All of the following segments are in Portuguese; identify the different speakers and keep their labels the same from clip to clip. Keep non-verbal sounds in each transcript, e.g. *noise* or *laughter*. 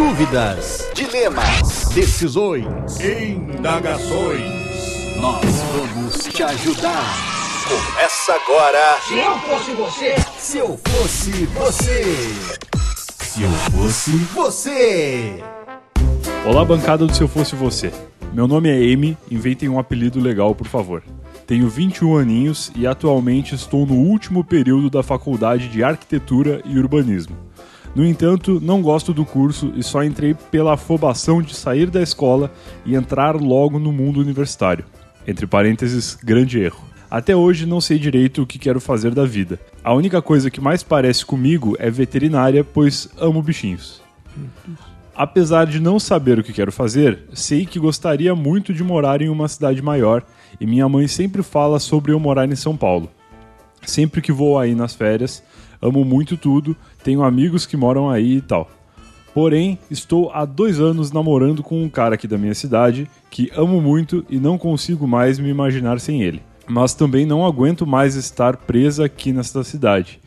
Speaker 1: Dúvidas,
Speaker 2: dilemas,
Speaker 1: decisões.
Speaker 2: indagações.
Speaker 1: Nós vamos te ajudar.
Speaker 2: Começa agora.
Speaker 1: Se eu fosse você. Se eu fosse você.
Speaker 3: Olá, bancada do Se Eu Fosse Você. Meu nome é Amy, inventem um apelido legal, por favor. Tenho 21 aninhos e atualmente estou no último período da Faculdade de Arquitetura e Urbanismo. No entanto, não gosto do curso e só entrei pela afobação de sair da escola e entrar logo no mundo universitário. Entre parênteses, grande erro. Até hoje não sei direito o que quero fazer da vida. A única coisa que mais parece comigo é veterinária, pois amo bichinhos. Apesar de não saber o que quero fazer, sei que gostaria muito de morar em uma cidade maior e minha mãe sempre fala sobre eu morar em São Paulo. Sempre que vou aí nas férias, amo muito tudo, tenho amigos que moram aí e tal. Porém, estou há dois anos namorando com um cara aqui da minha cidade que amo muito e não consigo mais me imaginar sem ele. Mas também não aguento mais estar presa aqui nesta cidade,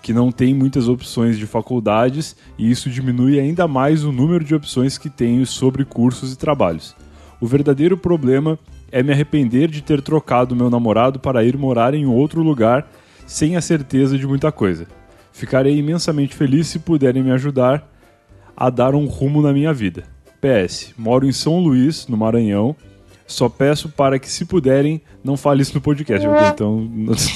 Speaker 3: que não tem muitas opções de faculdades e isso diminui ainda mais o número de opções que tenho sobre cursos e trabalhos. O verdadeiro problema é me arrepender de ter trocado meu namorado para ir morar em outro lugar sem a certeza de muita coisa. Ficarei imensamente feliz se puderem me ajudar a dar um rumo na minha vida. PS, moro em São Luís, no Maranhão. Só peço para que, se puderem, não fale isso no podcast. Então. *laughs*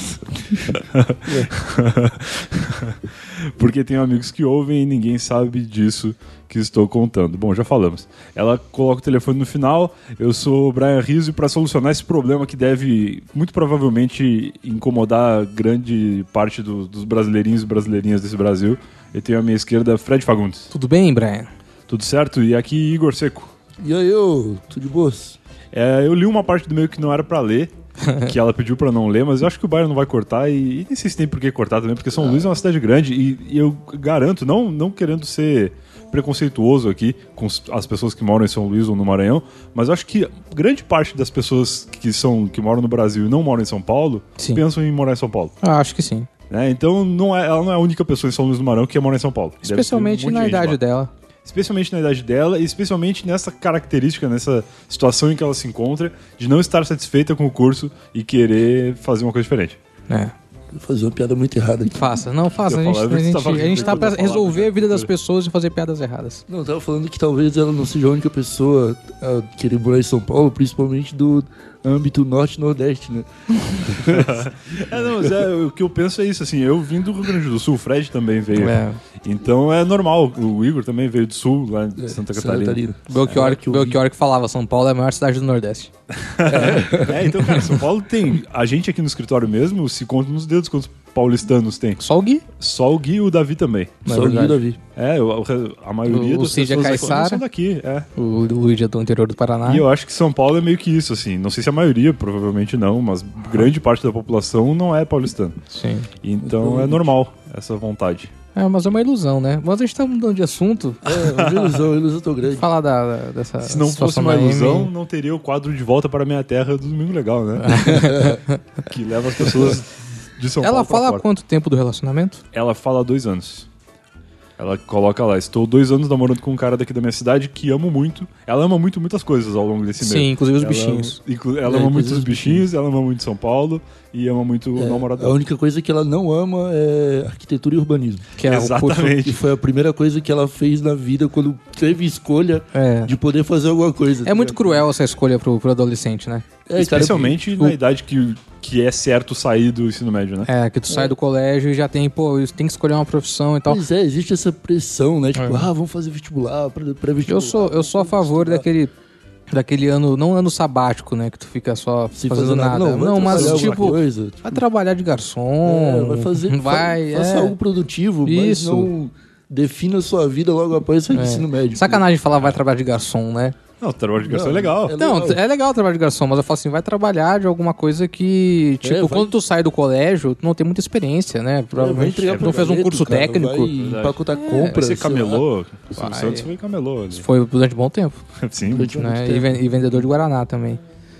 Speaker 3: *laughs* Porque tenho amigos que ouvem e ninguém sabe disso que estou contando. Bom, já falamos. Ela coloca o telefone no final. Eu sou o Brian Rizzo e para solucionar esse problema que deve muito provavelmente incomodar grande parte do- dos brasileirinhos e brasileirinhas desse Brasil, eu tenho à minha esquerda Fred Fagundes.
Speaker 4: Tudo bem, Brian?
Speaker 3: Tudo certo? E aqui Igor Seco.
Speaker 5: E aí, ô, tudo de boas?
Speaker 3: É, eu li uma parte do meio que não era pra
Speaker 5: *laughs*
Speaker 3: ler, que ela pediu pra não ler, mas eu acho que o Bayern não vai cortar e, e nem sei se tem por que cortar também, porque
Speaker 5: Ah.
Speaker 3: São Luís é uma cidade grande e, e eu garanto, não, não querendo ser preconceituoso aqui com s- as pessoas que moram em São Luís ou no Maranhão, mas eu acho que grande parte das pessoas que são que moram no Brasil e não moram em São Paulo
Speaker 4: Sim.
Speaker 3: pensam em morar em São Paulo.
Speaker 4: Ah, acho que sim.
Speaker 3: né? Então não é- ela não é a única pessoa em São Luís do Maranhão que mora em São Paulo. Deve ter um
Speaker 4: Especialmente
Speaker 3: monte de
Speaker 4: na
Speaker 3: gente lá
Speaker 4: idade dela.
Speaker 3: especialmente na idade dela e especialmente nessa característica, nessa situação em que ela se encontra, de não estar satisfeita com o curso e querer fazer uma coisa diferente.
Speaker 4: É.
Speaker 5: Vou fazer uma piada muito errada aqui.
Speaker 4: Faça, não faça. A
Speaker 3: Eu
Speaker 4: gente,
Speaker 3: falava
Speaker 4: a
Speaker 3: isso,
Speaker 4: gente,
Speaker 3: tava
Speaker 4: a gente tá
Speaker 3: rindo
Speaker 4: pra
Speaker 3: quando eu
Speaker 4: resolver
Speaker 3: falava,
Speaker 4: a vida das
Speaker 3: né?
Speaker 4: pessoas e fazer piadas erradas.
Speaker 5: Não, eu tava falando que talvez ela não seja a única pessoa a querer morar em São Paulo, principalmente do âmbito norte-nordeste, né?
Speaker 3: É, não, mas é, o que eu penso é isso, assim, eu vim do Rio Grande do Sul, o Fred também veio.
Speaker 4: É.
Speaker 3: Então é normal, o Igor também veio do Sul, lá
Speaker 4: É,
Speaker 3: de Santa Catarina.
Speaker 4: Belchior,
Speaker 5: É, que eu
Speaker 4: Belchior que falava, São Paulo é a maior cidade do Nordeste.
Speaker 3: É, então, cara, São Paulo tem, a gente aqui no escritório mesmo, se conta nos dedos quantos paulistanos tem.
Speaker 4: Só o Gui.
Speaker 3: Só o Gui e o Davi também.
Speaker 4: Não é
Speaker 5: Só o Gui
Speaker 4: verdade.
Speaker 5: Davi.
Speaker 3: É, o- a maioria
Speaker 4: O- o
Speaker 3: das
Speaker 4: Cid é
Speaker 3: pessoas aqui não
Speaker 4: caiçara.
Speaker 3: são daqui, é.
Speaker 4: O Luigi é do interior do Paraná.
Speaker 3: E eu acho que São Paulo é meio que isso, assim. Não sei se a maioria, provavelmente não, mas grande parte da população não é paulistana.
Speaker 4: Sim.
Speaker 3: Então é normal essa vontade.
Speaker 4: É, mas é uma ilusão, né? Mas a gente tá mudando de assunto.
Speaker 5: É, uma ilusão, uma ilusão tão grande.
Speaker 4: Falar da, da- dessa
Speaker 3: Se não fosse
Speaker 4: É, situação
Speaker 3: uma
Speaker 4: da Amy.
Speaker 3: ilusão, não teria o quadro de volta para a minha terra do Domingo Legal, né? que leva as pessoas de São
Speaker 4: Ela
Speaker 3: Paulo pra
Speaker 4: fala há
Speaker 3: fora.
Speaker 4: quanto tempo do relacionamento?
Speaker 3: Ela fala há dois anos. Ela coloca lá, estou dois anos namorando com um cara daqui da minha cidade que amo muito. Ela ama muito muitas coisas ao longo desse
Speaker 4: Sim,
Speaker 3: meio.
Speaker 4: inclusive os
Speaker 3: Ela- é um
Speaker 4: bichinhos.
Speaker 3: inclu- Ela,
Speaker 5: É,
Speaker 3: ama
Speaker 5: inclusive
Speaker 3: muito os
Speaker 5: os É,
Speaker 3: bichinhos, ela ama muito São Paulo e ama muito o namorado
Speaker 5: A
Speaker 3: dela.
Speaker 5: única coisa que ela não ama é arquitetura e urbanismo.
Speaker 4: Que é o curso.
Speaker 3: Exatamente.
Speaker 5: Que foi a primeira coisa que ela fez na vida quando teve escolha
Speaker 4: É.
Speaker 5: de poder fazer alguma coisa. tá É,
Speaker 4: É muito cruel essa escolha pro, pro adolescente, né?
Speaker 3: Especialmente
Speaker 4: o-
Speaker 3: na idade que, que é certo sair do ensino médio, né?
Speaker 4: É, que tu sai do colégio e já tem, pô, eu tenho que escolher uma profissão e tal.
Speaker 5: Pois é, existe essa pressão, né? Tipo, ah, vamos fazer vestibular, pré- pré-vestibular.
Speaker 4: É. Eu sou, eu sou a favor daquele, daquele ano, não ano sabático, né? Que tu fica só
Speaker 5: Sem
Speaker 4: fazendo
Speaker 5: fazer
Speaker 4: nada.
Speaker 5: Não, vai trabalhar
Speaker 4: mas
Speaker 5: alguma
Speaker 4: tipo,
Speaker 5: coisa, tipo,
Speaker 4: vai trabalhar de garçom.
Speaker 5: é, vai fazer.
Speaker 4: *laughs* Vai,
Speaker 5: fa- faça
Speaker 4: é.
Speaker 5: algo produtivo,
Speaker 4: Isso. É.
Speaker 5: mas não defina sua vida logo após o ensino médio.
Speaker 4: Sacanagem falar vai trabalhar de garçom, né?
Speaker 3: Não, o trabalho de garçom é legal.
Speaker 5: É
Speaker 4: não,
Speaker 5: legal.
Speaker 4: é legal trabalhar de garçom, mas eu falo assim, vai trabalhar de alguma coisa que, tipo,
Speaker 5: É, vai- É,
Speaker 4: quando tu sai do colégio, tu não tem muita experiência, né?
Speaker 5: Vai
Speaker 4: Provavelmente
Speaker 5: entregar
Speaker 4: tu não fez um
Speaker 5: panfleto,
Speaker 4: curso
Speaker 5: cara,
Speaker 4: técnico. É.
Speaker 5: Vai empacotar compra.
Speaker 3: Vai ser
Speaker 5: sei lá.
Speaker 3: camelô. O Silvio
Speaker 4: Vai.
Speaker 3: Santos foi camelô. ali.
Speaker 4: Foi durante um bom tempo,
Speaker 3: Sim,
Speaker 5: Durante muito
Speaker 4: né?
Speaker 5: tempo.
Speaker 4: E, ven- e vendedor de Guaraná também.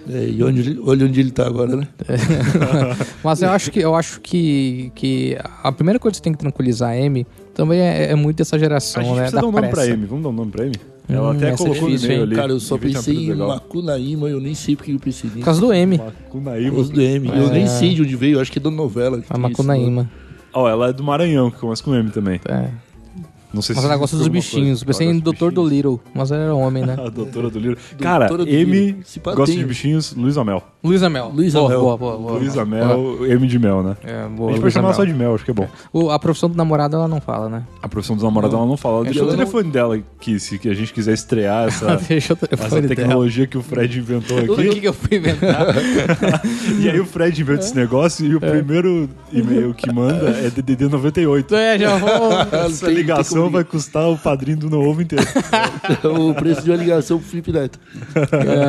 Speaker 5: É, e onde, ele- olha onde ele tá agora, né?
Speaker 4: Mas eu acho que eu acho que, que a primeira coisa que você tem que tranquilizar a M também é, é muito dessa
Speaker 3: a
Speaker 4: geração,
Speaker 3: gente
Speaker 4: né?
Speaker 3: precisa
Speaker 4: Da
Speaker 3: dar um nome pra
Speaker 4: pressa.
Speaker 3: Amy. Vamos dar um nome pra Amy? Ela
Speaker 4: Hum,
Speaker 3: até
Speaker 4: essa é difícil,
Speaker 3: colocou no e-mail
Speaker 4: hein?
Speaker 3: ali.
Speaker 5: Cara, eu só
Speaker 3: Inventa um
Speaker 5: pensei
Speaker 3: apelido
Speaker 5: em
Speaker 3: legal.
Speaker 5: Macunaíma, eu nem sei porque eu pensei
Speaker 4: Por
Speaker 5: nisso.
Speaker 4: causa do M,
Speaker 5: Por
Speaker 3: Macunaíma.
Speaker 5: causa do M. Eu nem sei de onde veio, eu acho que é da novela. que
Speaker 4: a
Speaker 5: tem isso, né?
Speaker 4: Macunaíma.
Speaker 3: Ó, ela é do Maranhão, que começa com M também.
Speaker 4: É.
Speaker 3: Não sei
Speaker 4: Mas
Speaker 3: se
Speaker 4: ela gosta dos
Speaker 3: alguma
Speaker 4: bichinhos.
Speaker 3: coisa.
Speaker 4: Pensei
Speaker 3: Ela
Speaker 4: em
Speaker 3: gosta dos
Speaker 4: Doutor do
Speaker 3: bichinhos.
Speaker 4: Little, mas ela era homem, né?
Speaker 3: A doutora do livro. Cara,
Speaker 5: Doutora do
Speaker 3: M
Speaker 5: Little. Se pá,
Speaker 3: gosta
Speaker 5: tem.
Speaker 3: de bichinhos, Luísa Mel.
Speaker 4: *laughs* Luísa Mel.
Speaker 5: Luísa
Speaker 4: boa,
Speaker 5: Mel.
Speaker 4: Boa, boa, boa.
Speaker 3: Luísa Mel, M de Mel, né?
Speaker 4: É,
Speaker 3: A
Speaker 4: boa.
Speaker 3: gente pode
Speaker 4: Luísa
Speaker 3: chamar
Speaker 4: Mel.
Speaker 3: só de Mel, acho que é bom.
Speaker 4: O- a profissão do namorado ela não fala, né?
Speaker 3: A profissão dos namorados ela não fala. Ela Deixa o
Speaker 5: ela não-
Speaker 3: telefone dela, que se que a gente quiser
Speaker 4: *laughs*
Speaker 3: estrear essa,
Speaker 4: Deixa eu
Speaker 3: essa
Speaker 4: telefone dela.
Speaker 3: tecnologia Ah. que o Fred inventou
Speaker 4: Tudo aqui
Speaker 3: aqui.
Speaker 4: que eu fui inventar.
Speaker 3: E aí o Fred inventa esse negócio e o primeiro e-mail que manda é DDD
Speaker 4: *laughs*
Speaker 3: 98.
Speaker 4: é, já vou.
Speaker 3: Essa ligação vai custar o padrinho do novo inteiro.
Speaker 5: É o preço de uma ligação pro
Speaker 4: *laughs*
Speaker 5: Felipe Neto.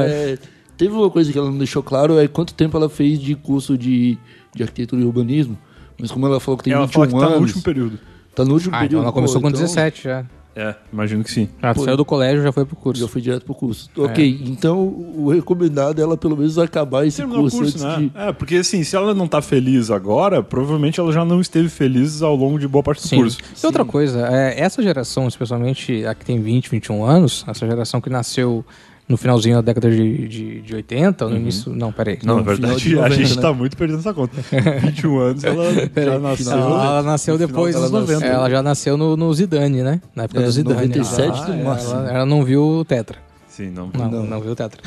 Speaker 5: É, teve uma coisa que ela não deixou claro, é quanto tempo ela fez de curso de, de arquitetura e urbanismo. Mas como ela falou que tem
Speaker 3: Ela
Speaker 5: 21
Speaker 3: fala que tá no
Speaker 5: anos...
Speaker 3: último período.
Speaker 5: tá no último
Speaker 4: Ah, então
Speaker 5: período.
Speaker 4: ela começou
Speaker 5: pô,
Speaker 4: com
Speaker 5: então
Speaker 4: 17 já.
Speaker 3: É, imagino que sim.
Speaker 4: Ah,
Speaker 5: Pô.
Speaker 4: saiu do colégio já foi pro
Speaker 5: Já
Speaker 4: curso.
Speaker 5: foi direto pro curso.
Speaker 4: É.
Speaker 5: Ok, então o recomendado é ela pelo menos acabar esse
Speaker 3: Terminou o
Speaker 5: curso,
Speaker 3: curso,
Speaker 5: antes
Speaker 3: né? É, porque assim, se ela não tá feliz agora, provavelmente ela já não esteve feliz ao longo de boa parte do
Speaker 4: Sim.
Speaker 3: curso.
Speaker 4: E outra coisa, é, essa geração, especialmente a que tem 20, 21 anos, essa geração que nasceu no finalzinho da década de, de, de 80, no início. Não, peraí.
Speaker 3: Uhum. Não, na
Speaker 5: final
Speaker 3: verdade,
Speaker 5: de
Speaker 3: a
Speaker 5: 90,
Speaker 3: gente
Speaker 5: né?
Speaker 3: tá muito perdendo essa conta. 21 anos, ela
Speaker 4: É.
Speaker 3: já nasceu.
Speaker 4: Não, ela nasceu
Speaker 3: no
Speaker 4: depois
Speaker 3: final
Speaker 4: dos
Speaker 3: dela
Speaker 4: 90.
Speaker 3: nasceu.
Speaker 4: Ela já nasceu no, no Zidane, né? Na época
Speaker 5: É,
Speaker 4: do Zidane.
Speaker 5: 97
Speaker 4: Ah,
Speaker 5: no
Speaker 4: ela-
Speaker 5: máximo.
Speaker 4: Ela, não viu o Tetra.
Speaker 3: Sim, não.
Speaker 4: Não,
Speaker 5: Não.
Speaker 4: não, viu o Tetra.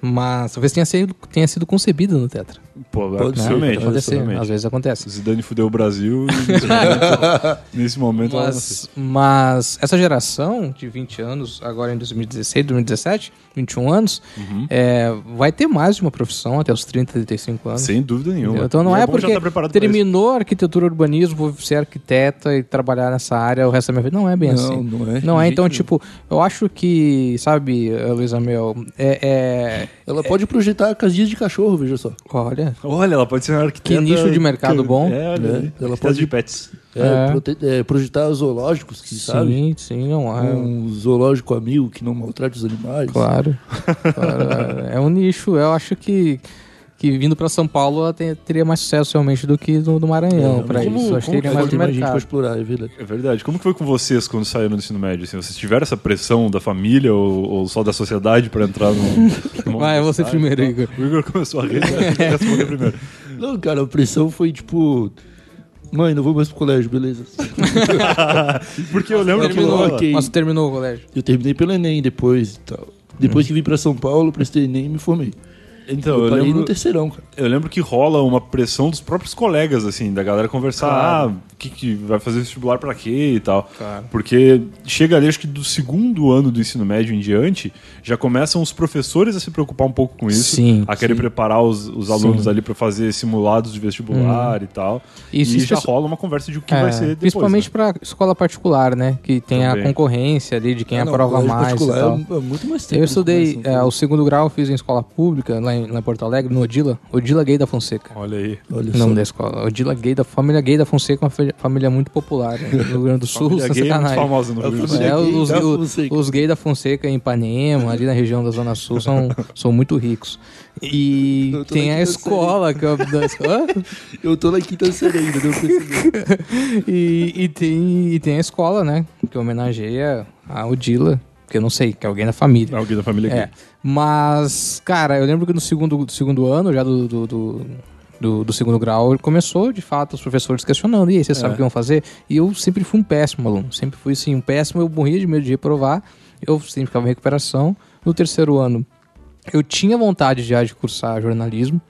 Speaker 4: Mas talvez tenha sido, tenha sido concebida no Tetra.
Speaker 3: Pô,
Speaker 5: Pode
Speaker 4: Né?
Speaker 5: ser,
Speaker 3: realmente,
Speaker 4: Pode acontecer,
Speaker 3: realmente.
Speaker 4: Às vezes acontece.
Speaker 3: Zidane fudeu o Brasil e
Speaker 4: *laughs*
Speaker 3: nesse momento, nesse momento ela nasceu.
Speaker 4: Mas, mas essa geração de 20 anos, agora em 2016, 2017, 21 anos, é, vai ter mais de uma profissão até os 30, 35 anos.
Speaker 3: Sem dúvida nenhuma.
Speaker 4: Então não
Speaker 3: E
Speaker 4: é,
Speaker 3: bom que já
Speaker 4: porque
Speaker 3: tá preparado pra isso.
Speaker 4: terminou a arquitetura e urbanismo, vou ser arquiteta e trabalhar nessa área o resto da minha vida. Não é bem
Speaker 5: Não,
Speaker 4: assim.
Speaker 5: não é.
Speaker 4: Não
Speaker 5: De
Speaker 4: é,
Speaker 5: jeito
Speaker 4: então,
Speaker 5: nenhum.
Speaker 4: tipo, eu acho que, sabe, Luísa Mel, é, é-
Speaker 5: Ela pode projetar casinhas de cachorro, veja só.
Speaker 4: Olha,
Speaker 3: Olha, ela pode ser uma
Speaker 4: Que
Speaker 3: arquiteta.
Speaker 4: nicho de mercado
Speaker 3: que-
Speaker 4: bom. né?
Speaker 3: É, olha
Speaker 5: É,
Speaker 3: aí.
Speaker 5: ela
Speaker 3: Arquiteta
Speaker 5: pode-
Speaker 3: de pets.
Speaker 5: É,
Speaker 4: É.
Speaker 5: prote- é, projetar zoológicos, que sabe?
Speaker 4: sim, sim, não é.
Speaker 5: Um zoológico amigo que não maltrate os animais.
Speaker 4: Claro. Claro, É um nicho. Eu acho que, que vindo pra São Paulo ela tem- teria mais sucesso realmente do que no do Maranhão
Speaker 5: É,
Speaker 4: pra
Speaker 5: como-
Speaker 4: isso. Eu Acho que
Speaker 3: como
Speaker 4: teria
Speaker 5: Pode
Speaker 4: mais
Speaker 5: ter mais gente pra
Speaker 4: mercado.
Speaker 5: explorar, é verdade.
Speaker 3: É verdade. Como que foi com vocês quando saíram do ensino médio? Assim, vocês tiveram essa pressão da família ou, ou só da sociedade pra entrar no.
Speaker 4: *laughs*
Speaker 3: no
Speaker 4: Vai, você primeiro,
Speaker 5: tá?
Speaker 4: Igor.
Speaker 3: O Igor começou a rir, né? Quer responder primeiro.
Speaker 5: Não, cara, a pressão foi tipo. Mãe, não vou mais pro colégio, beleza.
Speaker 3: Porque eu lembro que
Speaker 4: Terminou,
Speaker 3: rola.
Speaker 5: Ok.
Speaker 4: Mas terminou o colégio.
Speaker 5: Eu terminei pelo Enem depois e tal. Depois que vim pra São Paulo, prestei Enem e me formei.
Speaker 3: Então,
Speaker 5: Eu
Speaker 3: eu
Speaker 5: parei no
Speaker 3: lembro,
Speaker 5: terceirão, cara.
Speaker 3: eu lembro que rola uma pressão dos próprios colegas, assim, da galera conversar, ah, que, que vai fazer vestibular pra quê e tal.
Speaker 4: Claro.
Speaker 3: Porque chega ali, acho que do segundo ano do ensino médio em diante, já começam os professores a se preocupar um pouco com isso,
Speaker 4: Sim,
Speaker 3: a querer preparar os, os alunos ali pra fazer simulados de vestibular e tal.
Speaker 4: Hum. Isso,
Speaker 3: e
Speaker 4: isso
Speaker 3: já
Speaker 4: é só-
Speaker 3: rola uma conversa de o que
Speaker 4: É,
Speaker 3: vai ser depois.
Speaker 5: né?
Speaker 3: né?
Speaker 4: principalmente pra escola particular, né? Que tem
Speaker 3: Também.
Speaker 4: a concorrência ali de quem
Speaker 5: Ah, Não,
Speaker 4: aprova
Speaker 5: colégio
Speaker 4: mais e
Speaker 5: particular
Speaker 4: tal.
Speaker 5: É muito mais tempo.
Speaker 4: Eu estudei
Speaker 5: Né?
Speaker 4: é, o segundo grau, fiz em escola pública lá em, lá em Porto Alegre, no Odila, Odila Gay da Fonseca.
Speaker 3: né? Olha aí.
Speaker 5: Olha
Speaker 4: O
Speaker 5: só.
Speaker 4: nome da escola. Odila Gay da Família Gay da Fonseca, uma fa- família muito popular né, no Rio Grande
Speaker 5: *laughs*
Speaker 4: do Sul,
Speaker 3: Família
Speaker 4: sem
Speaker 3: gay é muito
Speaker 4: sacanagem.
Speaker 3: famosa no
Speaker 5: É,
Speaker 3: Rio Grande do Sul.
Speaker 5: família-
Speaker 4: É, os,
Speaker 5: gay da
Speaker 4: o-
Speaker 5: Fonseca.
Speaker 4: os gays da Fonseca em Ipanema, ali na região da Zona Sul,
Speaker 5: *laughs*
Speaker 4: são, são muito ricos. E
Speaker 5: Eu tô
Speaker 4: tem
Speaker 5: na
Speaker 4: a
Speaker 5: quinta
Speaker 4: escola, que é a- da
Speaker 5: *laughs*
Speaker 4: escola- Hã?
Speaker 5: Eu tô na quinta série ainda, deu pra perceber.
Speaker 4: e, e tem, e tem a escola, né? Que homenageia a Odila, que eu não sei, que é alguém da família.
Speaker 3: Alguém da família
Speaker 4: É.
Speaker 3: gay.
Speaker 4: Mas, cara, eu lembro que no segundo, do segundo ano, já do. do, do- do- do segundo grau, começou de fato os professores questionando, e aí, vocês
Speaker 3: É.
Speaker 4: sabem o que vão fazer? E eu sempre fui um péssimo aluno, sempre fui assim, um péssimo, eu morria de medo de reprovar, eu sempre ficava em recuperação. No terceiro ano, eu tinha vontade já de cursar jornalismo,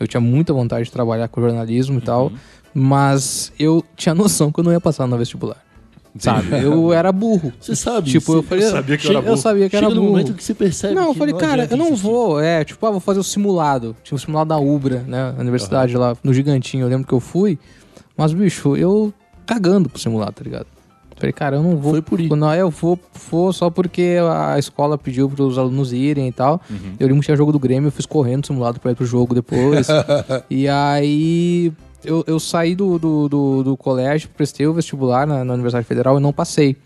Speaker 4: eu tinha muita vontade de trabalhar com jornalismo
Speaker 3: Uhum.
Speaker 4: e tal, mas eu tinha noção que eu não ia passar no vestibular,
Speaker 3: *laughs*
Speaker 4: sabe? Eu era burro.
Speaker 5: Você sabe.
Speaker 4: Tipo,
Speaker 5: você
Speaker 4: eu falei,
Speaker 3: sabia que eu era
Speaker 4: eu
Speaker 3: burro.
Speaker 4: sabia que
Speaker 5: chega
Speaker 4: era
Speaker 5: no
Speaker 4: burro.
Speaker 5: momento que você percebe.
Speaker 4: Não, eu
Speaker 5: que
Speaker 4: falei, cara,
Speaker 5: adianta
Speaker 4: eu não
Speaker 5: insistir.
Speaker 4: vou. É, tipo, ah, vou fazer o simulado. Tinha um simulado da Ubra, né? Na universidade lá, no Gigantinho, eu lembro que eu fui. Mas, bicho, eu cagando pro simulado, tá ligado? Falei, cara, eu não vou. tipo,
Speaker 5: Foi por ir.
Speaker 4: Não, eu vou, vou só porque a escola pediu pros alunos irem e tal.
Speaker 5: Uhum.
Speaker 4: Eu lembro que tinha jogo do Grêmio, eu fiz correndo no simulado pra ir pro jogo depois.
Speaker 5: *laughs*
Speaker 4: e aí. Eu, eu saí do, do, do, do colégio, prestei o vestibular na, na Universidade Federal e não passei.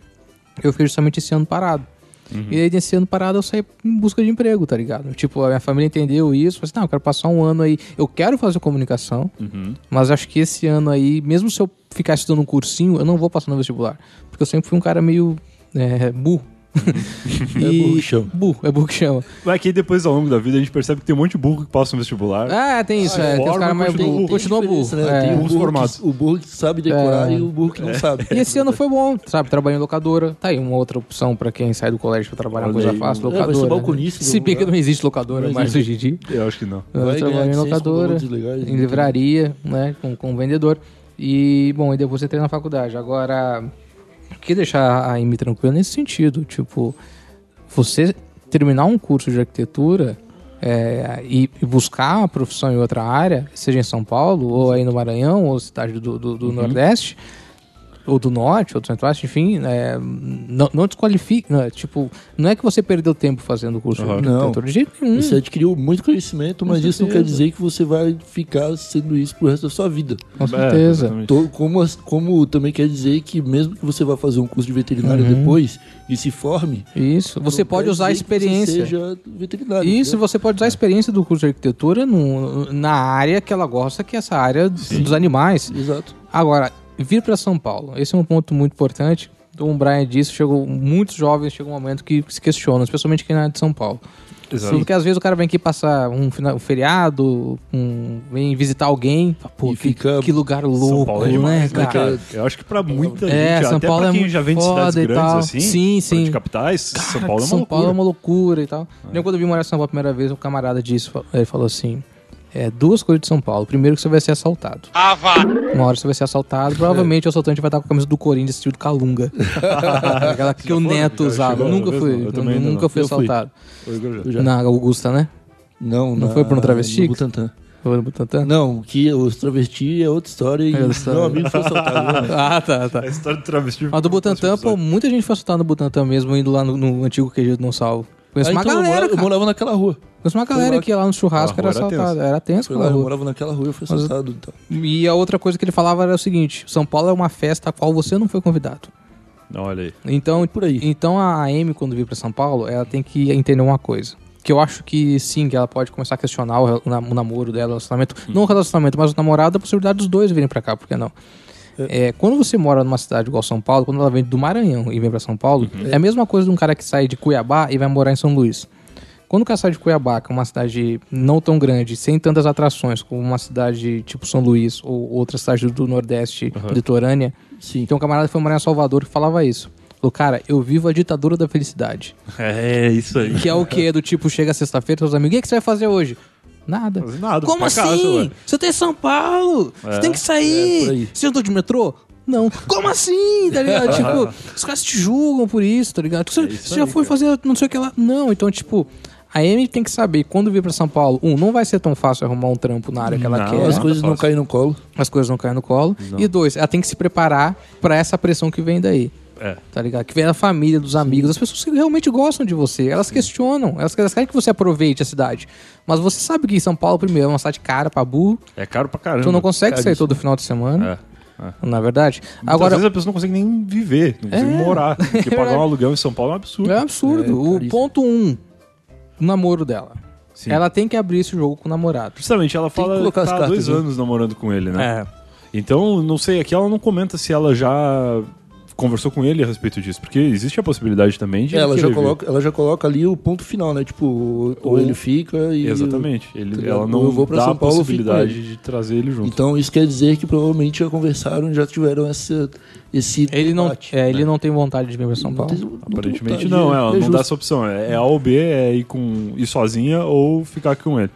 Speaker 4: Eu fiquei justamente esse ano parado. E aí, nesse ano parado, eu saí em busca de emprego, tá ligado? Tipo, a minha família entendeu isso, falou assim, não, eu quero passar um ano aí, eu quero fazer comunicação, mas acho que esse ano aí, mesmo se eu ficar estudando um cursinho, eu não vou passar no vestibular. Porque eu sempre fui um cara meio é, burro. *laughs*
Speaker 5: É burro que chama.
Speaker 4: Burro, é burro que chama.
Speaker 3: Mas que depois, ao longo da vida, a gente percebe que tem um monte de burro que passa no vestibular.
Speaker 4: Ah, tem isso, é, tem os
Speaker 3: forma,
Speaker 4: caras mais
Speaker 3: continua
Speaker 4: burros.
Speaker 3: burro.
Speaker 4: Continua burro.
Speaker 5: Né?
Speaker 4: é.
Speaker 5: Tem o
Speaker 3: Burros
Speaker 5: burro,
Speaker 3: formados.
Speaker 5: que, o burro que sabe decorar e o burro
Speaker 3: É.
Speaker 5: que não sabe.
Speaker 4: E esse ano foi bom, sabe? Trabalhei em locadora. Tá aí uma outra opção pra quem sai do colégio pra trabalhar,
Speaker 3: Olha
Speaker 4: coisa
Speaker 3: aí,
Speaker 4: fácil,
Speaker 5: mano. É, vai ser
Speaker 4: locadora. né?
Speaker 5: balconista em
Speaker 4: Se bem
Speaker 5: algum
Speaker 4: que não existe locadora
Speaker 5: Não
Speaker 4: mais
Speaker 5: existe.
Speaker 4: hoje em dia.
Speaker 3: Eu acho que não.
Speaker 5: Vai
Speaker 4: Eu
Speaker 5: ganhar
Speaker 4: trabalhei em
Speaker 5: de seis
Speaker 4: locadora,
Speaker 5: conteúdos legais,
Speaker 4: em
Speaker 5: né?
Speaker 4: livraria, né? Com, com vendedor. E, bom, e depois entrei na faculdade. Agora, que deixar a Amy tranquila nesse sentido. Tipo, você terminar um curso de arquitetura é, e, e buscar uma profissão em outra área, seja em São Paulo, ou aí no Maranhão, ou cidade do, do-
Speaker 5: Uhum.
Speaker 4: do Nordeste, ou do Norte, ou do Centro-Oeste, enfim, é, não, não desqualifica. não é, tipo, não é que você perdeu tempo fazendo o curso
Speaker 3: Aham.
Speaker 4: de
Speaker 5: Não.
Speaker 4: arquitetura de jeito nenhum.
Speaker 5: Você adquiriu muito conhecimento, mas isso não quer dizer que você vai ficar sendo isso pro resto da sua vida.
Speaker 4: Com
Speaker 3: É,
Speaker 4: certeza.
Speaker 3: exatamente.
Speaker 5: To- Como, as- como também quer dizer que mesmo que você vá fazer um curso de veterinário depois e se forme,
Speaker 4: Isso. Uhum. Você
Speaker 5: não
Speaker 4: pode
Speaker 5: quer
Speaker 4: usar a
Speaker 5: dizer que você
Speaker 4: experiência.
Speaker 5: seja É. veterinário. né?
Speaker 4: Isso,
Speaker 5: entendeu?
Speaker 4: você pode usar a experiência do curso de arquitetura no- na área que ela gosta, que é essa área dos animais.
Speaker 5: Exato.
Speaker 4: Agora, vir para São Paulo, esse é um ponto muito importante. Como o Brian disse, chegou, muitos jovens chegam um momento que se questionam, especialmente quem não é de São Paulo. Porque às vezes o cara vem aqui passar um, fina- um feriado, um- vem visitar alguém, fala, pô,
Speaker 5: E
Speaker 4: que,
Speaker 5: fica-
Speaker 4: que lugar louco,
Speaker 3: Paulo é
Speaker 4: né,
Speaker 3: demais, né,
Speaker 4: cara?
Speaker 3: cara? Eu acho que pra muita gente,
Speaker 4: É, São
Speaker 3: até
Speaker 4: Paulo
Speaker 3: pra
Speaker 4: é
Speaker 3: quem
Speaker 4: muito
Speaker 3: já vem de
Speaker 4: foda
Speaker 3: cidades
Speaker 4: e
Speaker 3: grandes
Speaker 4: tal.
Speaker 3: assim,
Speaker 4: Sim,
Speaker 3: pra
Speaker 4: sim.
Speaker 3: De capitais, São Paulo é uma
Speaker 4: São
Speaker 3: loucura. É.
Speaker 4: Paulo é uma loucura e tal. Lembro quando eu vim morar em São Paulo a primeira vez, um camarada disse, fa- ele falou assim, é, duas coisas de São Paulo. Primeiro que você vai ser assaltado. Uma hora você vai ser assaltado, provavelmente o assaltante vai estar com a camisa do Corinthians estilo Calunga.
Speaker 3: *laughs*
Speaker 4: Aquela que o Neto
Speaker 3: cara?
Speaker 4: usava.
Speaker 3: Chegou
Speaker 4: Nunca
Speaker 3: alguma
Speaker 4: fui,
Speaker 3: vez? Não, eu também ainda
Speaker 4: nunca
Speaker 3: não.
Speaker 4: fui
Speaker 5: Eu fui.
Speaker 4: assaltado. *laughs*
Speaker 5: Eu já-
Speaker 4: Na Augusta, né?
Speaker 5: Não,
Speaker 4: Não
Speaker 5: na-
Speaker 4: foi pro travesti?
Speaker 5: no Butantã.
Speaker 4: Foi no né?
Speaker 3: *laughs*
Speaker 4: Butantã?
Speaker 5: Não, que os travesti é outra história e
Speaker 4: É outra história.
Speaker 5: meu amigo foi assaltado. né?
Speaker 4: Ah, tá, tá.
Speaker 3: A história do travesti.
Speaker 4: Mas do Butantã, pô, muita gente foi assaltada no Butantã mesmo, indo lá no, no antigo QG do Não Salvo. *laughs* Conheço
Speaker 5: Ah,
Speaker 4: uma
Speaker 5: então, eu,
Speaker 4: galera,
Speaker 5: morava, eu
Speaker 4: cara.
Speaker 5: morava naquela rua.
Speaker 4: Conheço uma galera
Speaker 5: lá-
Speaker 4: que ia lá no churrasco
Speaker 3: Ah,
Speaker 4: era
Speaker 3: a rua era tensa.
Speaker 4: assaltada. Era tenso
Speaker 5: Foi lá,
Speaker 4: aquela
Speaker 5: eu
Speaker 4: rua.
Speaker 5: morava naquela rua e eu fui assaltado. Então.
Speaker 4: E a outra coisa que ele falava era o seguinte: São Paulo é uma festa a qual você não foi convidado.
Speaker 3: Olha aí.
Speaker 4: Então,
Speaker 5: Por aí.
Speaker 4: Então a Amy, quando vir para São Paulo, ela tem que entender uma coisa. Que eu acho que sim, que ela pode começar a questionar o, rel- o nam- o namoro dela, o relacionamento. Não o relacionamento, mas o namorado, a possibilidade dos dois virem para cá, por que não? É, quando você mora numa cidade igual São Paulo, quando ela vem do Maranhão e vem para São Paulo,
Speaker 5: Uhum.
Speaker 4: é a mesma coisa de um cara que sai de Cuiabá e vai morar em São Luís. Quando o cara sai de Cuiabá, que é uma cidade não tão grande, sem tantas atrações, como uma cidade tipo São Luís ou outra cidade do Nordeste,
Speaker 5: Uhum.
Speaker 4: litorânea,
Speaker 5: Sim.
Speaker 4: então um camarada que foi morar em Salvador que falava isso. Falou, cara, eu vivo a ditadura da felicidade.
Speaker 3: É, isso aí.
Speaker 4: Que *laughs* é o que? Do tipo, chega sexta-feira, seus amigos, o que, que você vai fazer hoje? Nada.
Speaker 3: Fazer nada,
Speaker 4: Como
Speaker 3: ficar em casa,
Speaker 4: assim?
Speaker 3: ué."
Speaker 4: você tá em São Paulo, você tem que
Speaker 5: é, por
Speaker 4: sair.
Speaker 5: aí.
Speaker 4: você andou de metrô? Não. Como assim? Tá ligado? tipo, os caras te julgam por isso, tá ligado? Você, você já foi fazer não sei o que lá. Não, então, tipo, a Amy tem que saber, quando vir pra São Paulo, um, não vai ser tão fácil arrumar um trampo na área que ela
Speaker 3: Não,
Speaker 4: quer
Speaker 5: Então, As
Speaker 3: É.
Speaker 5: coisas não caem no colo.
Speaker 4: as coisas não caem no colo. E dois, ela tem que se preparar pra essa pressão que vem daí.
Speaker 3: É.
Speaker 4: Tá ligado? Que vem da família, dos amigos, das pessoas que realmente gostam de você. Elas questionam, elas, elas querem que você aproveite a cidade. Mas você sabe que em São Paulo, primeiro, é uma cidade cara pra burro.
Speaker 3: É caro pra caramba.
Speaker 4: Tu não consegue sair
Speaker 3: Caríssimo.
Speaker 4: todo final de semana,
Speaker 3: É. é.
Speaker 4: na verdade.
Speaker 3: Agora, Às
Speaker 4: Agora,
Speaker 3: vezes a pessoa não consegue nem viver, não consegue
Speaker 4: *laughs*
Speaker 3: morar. Porque pagar um aluguel em São Paulo é um absurdo.
Speaker 4: é um absurdo. o
Speaker 5: caríssimo.
Speaker 4: ponto um, o namoro dela.
Speaker 3: Sim.
Speaker 4: Ela tem que abrir esse jogo com o namorado.
Speaker 3: Justamente, ela
Speaker 5: que
Speaker 3: fala que,
Speaker 5: colocar as
Speaker 3: tá há
Speaker 5: cartas,
Speaker 3: dois
Speaker 5: né?
Speaker 3: anos namorando com ele,
Speaker 4: É.
Speaker 3: né? Então, não sei, aqui ela não comenta se ela já conversou com ele a respeito disso, porque existe a possibilidade também de. ele
Speaker 5: Ela já,
Speaker 3: querer ver.
Speaker 5: coloca, ela já coloca ali o ponto final, né? Tipo, ou, ou ele fica e.
Speaker 3: Exatamente. Ele-
Speaker 5: Tá ligado?
Speaker 3: ela não
Speaker 5: Eu vou pra
Speaker 3: dá
Speaker 5: São
Speaker 3: a
Speaker 5: Paulo, eu fico
Speaker 3: possibilidade de trazer ele junto.
Speaker 5: Então isso quer dizer que provavelmente já conversaram e já tiveram essa, esse.
Speaker 4: Ele não,
Speaker 5: debate.
Speaker 4: é, ele não tem vontade de vir pra São
Speaker 5: Não
Speaker 4: Paulo.
Speaker 5: tem- não tem
Speaker 3: Aparentemente
Speaker 5: vontade,
Speaker 3: não,
Speaker 5: é-
Speaker 3: ela não
Speaker 5: é
Speaker 3: dá
Speaker 5: justo.
Speaker 3: essa opção. É, é A ou B, é ir, com, ir sozinha ou ficar com ele.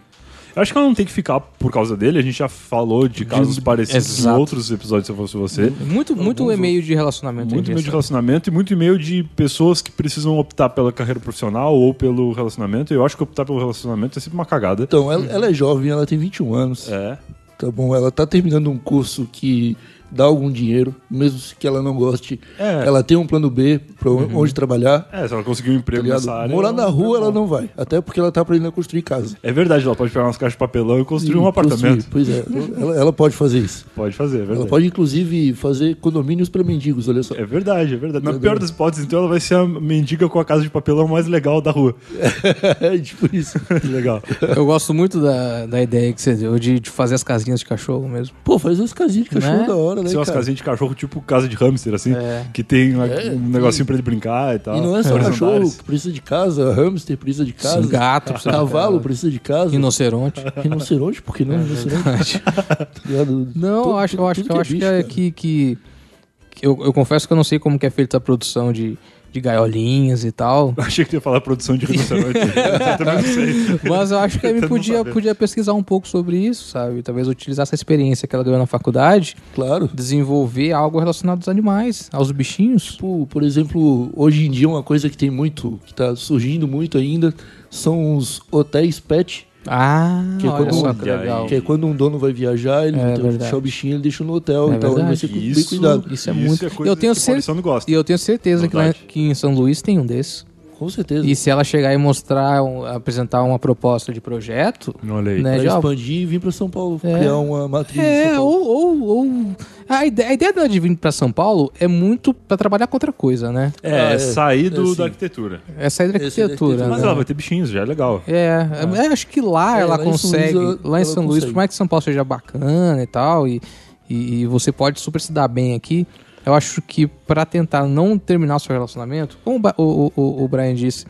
Speaker 3: Eu acho que ela não tem que ficar por causa dele, a gente já falou de casos parecidos
Speaker 4: Exato.
Speaker 3: em outros episódios, se eu fosse você.
Speaker 4: Muito, muito e-mail de relacionamento.
Speaker 3: Muito
Speaker 4: aí,
Speaker 3: e-mail de
Speaker 4: sabe?
Speaker 3: relacionamento e muito e-mail de pessoas que precisam optar pela carreira profissional ou pelo relacionamento. Eu acho que optar pelo relacionamento é sempre uma cagada.
Speaker 5: Então, ela, ela é jovem, ela tem 21 anos.
Speaker 3: É.
Speaker 5: Tá bom, ela tá terminando um curso que dá algum dinheiro, mesmo que ela não goste.
Speaker 3: É.
Speaker 5: Ela tem um plano B para onde trabalhar.
Speaker 3: É, se ela conseguir um
Speaker 5: Tá
Speaker 3: emprego
Speaker 5: ligado?
Speaker 3: nessa área.
Speaker 5: Morar
Speaker 3: ela-
Speaker 5: na rua ela não vai, até porque ela tá aprendendo a construir casa.
Speaker 3: É verdade, ela pode pegar umas caixas de papelão e construir um
Speaker 5: E construir,
Speaker 3: apartamento.
Speaker 5: Pois é, ela, ela pode fazer isso.
Speaker 3: Pode fazer, é verdade.
Speaker 5: Ela pode, inclusive, fazer condomínios para mendigos, olha só.
Speaker 3: É verdade, é verdade. Na pior das hipóteses, então ela vai ser a mendiga com a casa de papelão mais legal da rua.
Speaker 5: *laughs* É, tipo isso.
Speaker 4: *laughs*
Speaker 3: legal.
Speaker 4: Eu gosto muito da, da ideia que você deu de, de fazer as casinhas de cachorro mesmo.
Speaker 5: Pô, faz umas casinhas de cachorro
Speaker 4: Né?
Speaker 5: da hora, né,
Speaker 3: São umas
Speaker 5: cara?
Speaker 3: casinhas de cachorro, tipo casa de hamster, assim,
Speaker 4: É.
Speaker 3: que tem né, um negocinho pra ele brincar e tal.
Speaker 5: E não é só
Speaker 3: Vários
Speaker 5: cachorro
Speaker 3: andares. *laughs*
Speaker 5: que precisa de casa, hamster precisa de casa,
Speaker 4: Sim, gato, né?
Speaker 5: Ah,
Speaker 4: precisa de
Speaker 5: cavalo precisa de casa, *laughs*
Speaker 4: Rinoceronte.
Speaker 5: rinoceronte, por que
Speaker 4: É,
Speaker 5: não? Rinoceronte, tá ligado?
Speaker 4: Não,
Speaker 5: Tudo-
Speaker 4: eu acho, eu
Speaker 5: tudo
Speaker 4: acho,
Speaker 5: que
Speaker 4: eu
Speaker 5: é
Speaker 4: acho que,
Speaker 5: bicho,
Speaker 4: é,
Speaker 5: cara.
Speaker 4: que, que- que eu, eu confesso que eu não sei como que é feita a produção de, de gaiolinhas e tal.
Speaker 3: Achei que tu ia falar produção
Speaker 4: *laughs*
Speaker 3: de rinoceronte. Eu também não sei.
Speaker 4: Mas eu acho que a Amy
Speaker 3: Tentando
Speaker 4: podia,
Speaker 3: saber.
Speaker 4: podia pesquisar um pouco sobre isso, sabe? Talvez utilizar essa experiência que ela ganhou na faculdade,
Speaker 5: Claro.
Speaker 4: desenvolver algo relacionado aos animais, aos bichinhos.
Speaker 5: Tipo, por exemplo, hoje em dia uma coisa que tem muito, que tá surgindo muito ainda, são os hotéis pet,
Speaker 4: Ah,
Speaker 5: Que é
Speaker 4: olha
Speaker 5: como-
Speaker 4: só que legal.
Speaker 5: que é quando um dono vai viajar,
Speaker 4: É
Speaker 5: ele tem-
Speaker 4: verdade.
Speaker 5: deixa o bichinho, ele deixa no hotel,
Speaker 4: É
Speaker 5: então ele vai ser
Speaker 4: verdade.
Speaker 5: cu- bem cuidado.
Speaker 4: Isso é muito-
Speaker 3: coisa
Speaker 4: Eu tenho
Speaker 3: que o
Speaker 4: cer-
Speaker 3: Paulistano não gosta.
Speaker 4: E eu tenho certeza que, lá-
Speaker 3: Verdade.
Speaker 4: que em São Luís tem um desses.
Speaker 5: Com certeza.
Speaker 4: E se ela chegar e mostrar, um- apresentar uma proposta de projeto,
Speaker 3: Olha aí.
Speaker 4: né,
Speaker 5: Pra
Speaker 4: de, ó,
Speaker 5: expandir e vir pra São Paulo,
Speaker 4: É.
Speaker 5: criar uma matriz. em São
Speaker 4: É,
Speaker 5: Paulo.
Speaker 4: ou, ou, ou- A, ideia, a ideia dela de vir pra São Paulo é muito pra trabalhar com outra coisa, né?
Speaker 3: É,
Speaker 5: Ah, é.
Speaker 3: sair do,
Speaker 5: É, sim.
Speaker 3: da arquitetura.
Speaker 4: É sair da
Speaker 5: Esse é
Speaker 4: arquitetura.
Speaker 5: da arquitetura.
Speaker 3: Mas
Speaker 4: né?
Speaker 3: ela vai ter bichinhos, já é legal.
Speaker 4: É, é, acho que lá
Speaker 5: É,
Speaker 4: ela
Speaker 5: lá em São
Speaker 4: consegue.
Speaker 5: Luís ela-
Speaker 4: lá em
Speaker 5: ela
Speaker 4: São Luís,
Speaker 5: consegue.
Speaker 4: por mais que São Paulo seja bacana e tal, e, e, e você pode super se dar bem aqui, eu acho que pra tentar não terminar o seu relacionamento, como o Ba- o, o, o- o Brian disse.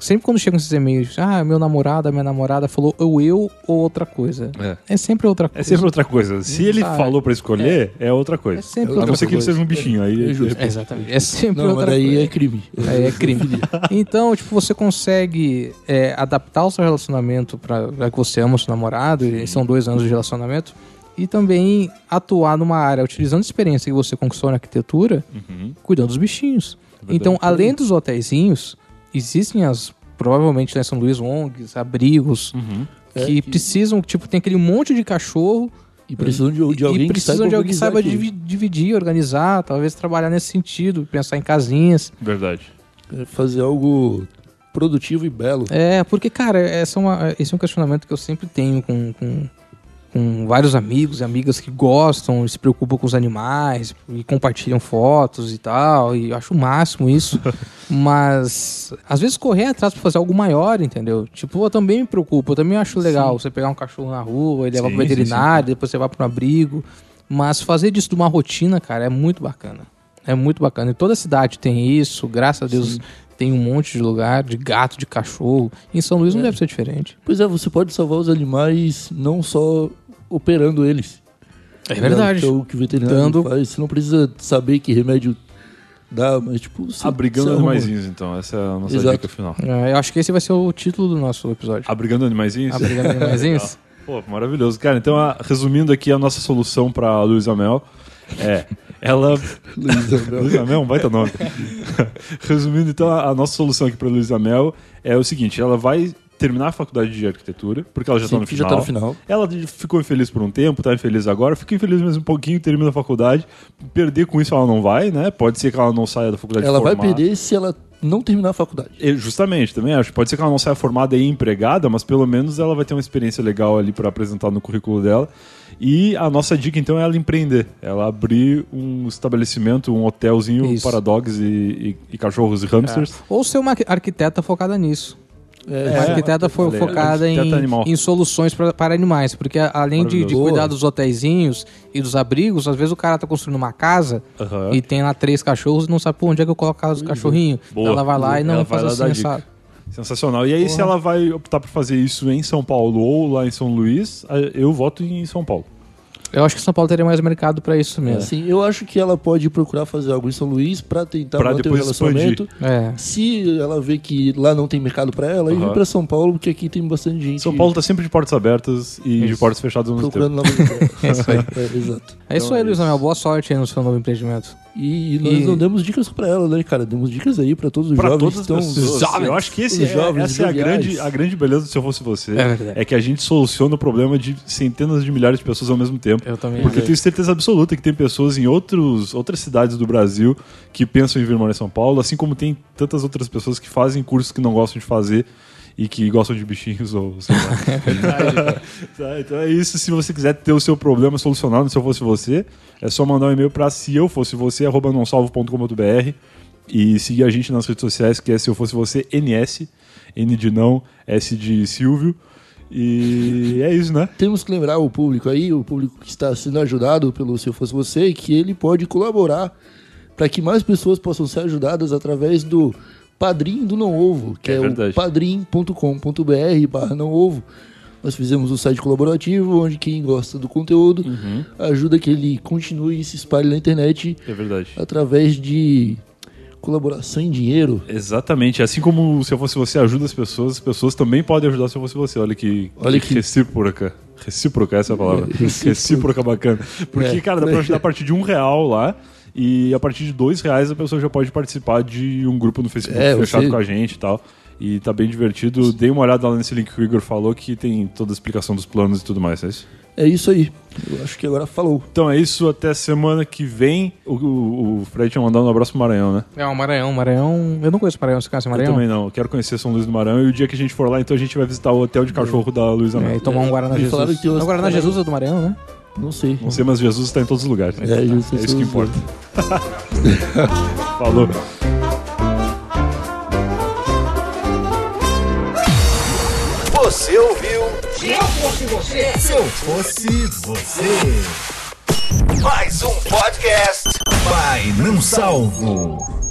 Speaker 4: Sempre quando chegam esses e-mails, ah, meu namorado, a minha namorada falou ou eu ou outra coisa. É, sempre outra coisa.
Speaker 3: É sempre outra coisa. Se ele
Speaker 4: Ah,
Speaker 3: falou pra escolher, é, outra coisa.
Speaker 4: É sempre
Speaker 3: a não
Speaker 4: outra
Speaker 3: ser que ele
Speaker 4: coisa.
Speaker 3: seja um bichinho. Aí,
Speaker 5: É justo.
Speaker 4: É, Exatamente. É sempre
Speaker 5: Não, mas
Speaker 4: outra
Speaker 5: daí
Speaker 4: coisa.
Speaker 5: é crime.
Speaker 4: Aí é crime. Então, tipo, você consegue é, adaptar o seu relacionamento pra pra que você ama o seu namorado, e são dois anos de relacionamento, e também atuar numa área, utilizando a experiência que você conquistou na arquitetura, cuidando dos bichinhos. Então, além Uhum. dos hotéisinhos, existem as, provavelmente lá em São Luís, ONGs, abrigos,
Speaker 5: É,
Speaker 4: que
Speaker 5: que-
Speaker 4: precisam, tipo, tem aquele monte de cachorro
Speaker 5: E precisam de, de
Speaker 4: e
Speaker 5: alguém que
Speaker 4: precisam
Speaker 5: saiba
Speaker 4: de alguém que
Speaker 5: organizar
Speaker 4: saiba
Speaker 5: aquilo.
Speaker 4: divi- dividir, organizar, talvez trabalhar nesse sentido, pensar em casinhas.
Speaker 3: Verdade.
Speaker 5: É, Fazer algo produtivo e belo.
Speaker 4: É, porque, cara, essa é uma- esse é um questionamento que eu sempre tenho com, com, com vários amigos e amigas que gostam, se preocupam com os animais e compartilham fotos e tal, e eu acho o máximo
Speaker 3: *laughs*
Speaker 4: isso. Mas, às vezes, correr atrás pra fazer algo maior, entendeu? Tipo, eu também me preocupo, eu também acho legal você pegar um cachorro na rua e levar
Speaker 3: Sim,
Speaker 4: pro
Speaker 3: sim,
Speaker 4: veterinário, depois você vai pra um abrigo. Mas fazer disso de uma rotina, cara, é muito bacana. É muito bacana. E toda cidade tem isso, graças a Deus tem um monte de lugar, de gato, de cachorro. Em São Luís não deve ser diferente.
Speaker 5: Pois é, você pode salvar os animais não só operando eles.
Speaker 4: É
Speaker 5: Que é o que o veterinário
Speaker 4: Dando-
Speaker 5: faz. Você não precisa saber que remédio dá, mas tipo... Você,
Speaker 3: Abrigando
Speaker 5: você arruma.
Speaker 3: animaizinhos, então. Essa é a nossa
Speaker 5: Exato.
Speaker 3: dica final.
Speaker 4: É, eu acho que esse vai ser o título do nosso episódio.
Speaker 3: Abrigando animaizinhos?
Speaker 4: Abrigando
Speaker 3: *laughs*
Speaker 4: animaizinhos.
Speaker 3: Pô, maravilhoso. Cara, então, a- resumindo aqui a nossa solução pra Luísa Mel, é.
Speaker 5: *laughs*
Speaker 3: Ela. Luísa Mel é um baita nome. Resumindo, então, a a nossa solução aqui pra Luísa Mel é o seguinte: ela vai terminar a faculdade de arquitetura, porque ela já tá no
Speaker 5: Sim, que
Speaker 3: final.
Speaker 5: já tá no final.
Speaker 3: Ela ficou infeliz por um tempo, tá infeliz agora, fica infeliz mais um pouquinho, termina a faculdade. Perder com isso ela não vai, né? Pode ser que ela não saia da faculdade
Speaker 5: Ela vai
Speaker 3: formada.
Speaker 5: perder se ela não terminar a faculdade.
Speaker 3: Eu, justamente, também acho. Pode ser que ela não saia formada e empregada, mas pelo menos ela vai ter uma experiência legal ali pra apresentar no currículo dela. E a nossa dica, então, é ela empreender. Ela abrir um estabelecimento, um hotelzinho
Speaker 4: Isso.
Speaker 3: para dogs e, e- e cachorros e hamsters.
Speaker 4: Ou ser uma arquiteta focada nisso. uma arquiteta foi
Speaker 3: Olha,
Speaker 4: focada em,
Speaker 3: É, arquiteta animal.
Speaker 4: em soluções pra- para animais. Porque a- além de, de
Speaker 3: Maravilhoso.
Speaker 4: cuidar dos hotéisinhos e dos abrigos, às vezes o cara tá construindo uma casa
Speaker 3: Aham.
Speaker 4: É. e tem lá três cachorros e não sabe por onde é que eu coloco os cachorrinhos.
Speaker 3: Uhum. Boa.
Speaker 4: Ela vai lá e
Speaker 3: Ela
Speaker 4: não
Speaker 3: vai
Speaker 4: faz
Speaker 3: lá dar
Speaker 4: assim,
Speaker 3: dica.
Speaker 4: sabe?
Speaker 3: Sensacional. E aí, se ela vai optar por fazer isso em São Paulo ou lá em São Luís, a- eu voto em São Paulo.
Speaker 4: Eu acho que São Paulo teria mais mercado pra
Speaker 3: É.
Speaker 4: isso mesmo.
Speaker 5: Assim, eu acho que ela pode procurar fazer algo em São Luís pra tentar
Speaker 3: Pra
Speaker 5: manter o
Speaker 3: depois
Speaker 5: relacionamento.
Speaker 4: É.
Speaker 5: Se ela vê que lá não tem mercado pra ela, e
Speaker 3: Aham.
Speaker 5: vir pra São Paulo, porque aqui tem bastante gente
Speaker 3: São Paulo tá sempre de portas abertas e de
Speaker 4: É Isso.
Speaker 3: portas fechadas ao mesmo tempo. *laughs* É
Speaker 5: procurando novas ideias. é, exato.
Speaker 3: Então
Speaker 4: É isso aí, Luiz Amel. Boa sorte aí no seu novo empreendimento.
Speaker 5: E, e nós
Speaker 4: E-
Speaker 5: não demos dicas pra ela, né, cara? Demos dicas aí pra todos os
Speaker 3: Pra
Speaker 5: jovens
Speaker 3: todas
Speaker 5: que
Speaker 3: as
Speaker 5: estão...
Speaker 3: pessoas. Eu acho que esse
Speaker 5: os
Speaker 3: é,
Speaker 5: jovens
Speaker 3: essa é a
Speaker 5: joviais.
Speaker 3: grande, a grande beleza do Se Eu Fosse Você.
Speaker 4: É verdade.
Speaker 3: É, que a gente soluciona o problema de centenas de milhares de pessoas ao mesmo tempo.
Speaker 4: Eu também
Speaker 3: Porque
Speaker 4: acho.
Speaker 3: eu tenho certeza absoluta que tem pessoas em outros, outras cidades do Brasil que pensam em vir morar em São Paulo, assim como tem tantas outras pessoas que fazem cursos que não gostam de fazer e que gostam de bichinhos ou sei lá.
Speaker 4: *laughs*
Speaker 3: Tá, então é isso. Se você quiser ter o seu problema solucionado, se eu fosse você, é só mandar um e-mail para se eu fosse você, arroba nãosalvo.com.br e seguir a gente nas redes sociais, que é se eu fosse você, NS, N de não, S de Silvio. E é isso, né?
Speaker 5: Temos que lembrar o público aí, o público que está sendo ajudado pelo Se Eu Fosse Você, que ele pode colaborar para que mais pessoas possam ser ajudadas através do Padrim do Não Ovo, que
Speaker 3: É
Speaker 5: é,
Speaker 3: verdade.
Speaker 5: o padrim.com.br barra não ovo. Nós fizemos um site colaborativo onde quem gosta do conteúdo
Speaker 3: Uhum.
Speaker 5: ajuda que ele continue e se espalhe na internet
Speaker 3: É verdade.
Speaker 5: através de colaboração em dinheiro.
Speaker 3: Exatamente. Assim como se eu fosse você ajuda as pessoas, as pessoas também podem ajudar se eu fosse você. Olha que,
Speaker 5: Olha que-
Speaker 3: recíproca. Recíproca, essa é a palavra.
Speaker 5: *laughs* Recíproca.
Speaker 3: recíproca bacana. Porque,
Speaker 5: É.
Speaker 3: cara, dá pra ajudar
Speaker 5: *laughs*
Speaker 3: a partir de um real lá. E a partir de dois reais a pessoa já pode participar de um grupo no Facebook
Speaker 5: É,
Speaker 3: fechado
Speaker 5: você-
Speaker 3: com a gente e tal. E tá bem divertido. Dei uma olhada lá nesse link que o Igor falou que tem toda a explicação dos planos e tudo mais, é isso?
Speaker 5: É isso aí. Eu acho que agora falou.
Speaker 3: Então é isso, até semana que vem. O, o, o Fred tinha mandado um abraço pro Maranhão, né?
Speaker 4: É, o Maranhão, Maranhão. Eu não conheço Maranhão, você conhece
Speaker 3: Eu
Speaker 4: Maranhão?
Speaker 3: também não. Eu Quero conhecer São Luís do Maranhão. E o dia que a gente for lá, então a gente vai visitar o hotel de cachorro da Luísa
Speaker 4: É,
Speaker 3: Mel.
Speaker 4: e tomar um Guaraná
Speaker 5: Me
Speaker 4: Jesus.
Speaker 5: falaram que tem umas-
Speaker 4: Não, Guaraná Jesus é do Maranhão, né?
Speaker 5: Não sei.
Speaker 3: Não sei, mas Jesus está em todos os lugares.
Speaker 5: É, Jesus
Speaker 3: isso que
Speaker 5: em todos
Speaker 3: importa. Falou.
Speaker 2: Você ouviu?
Speaker 1: Se eu fosse você, se eu fosse você,
Speaker 2: Mais um podcast.
Speaker 1: vai, não salvo.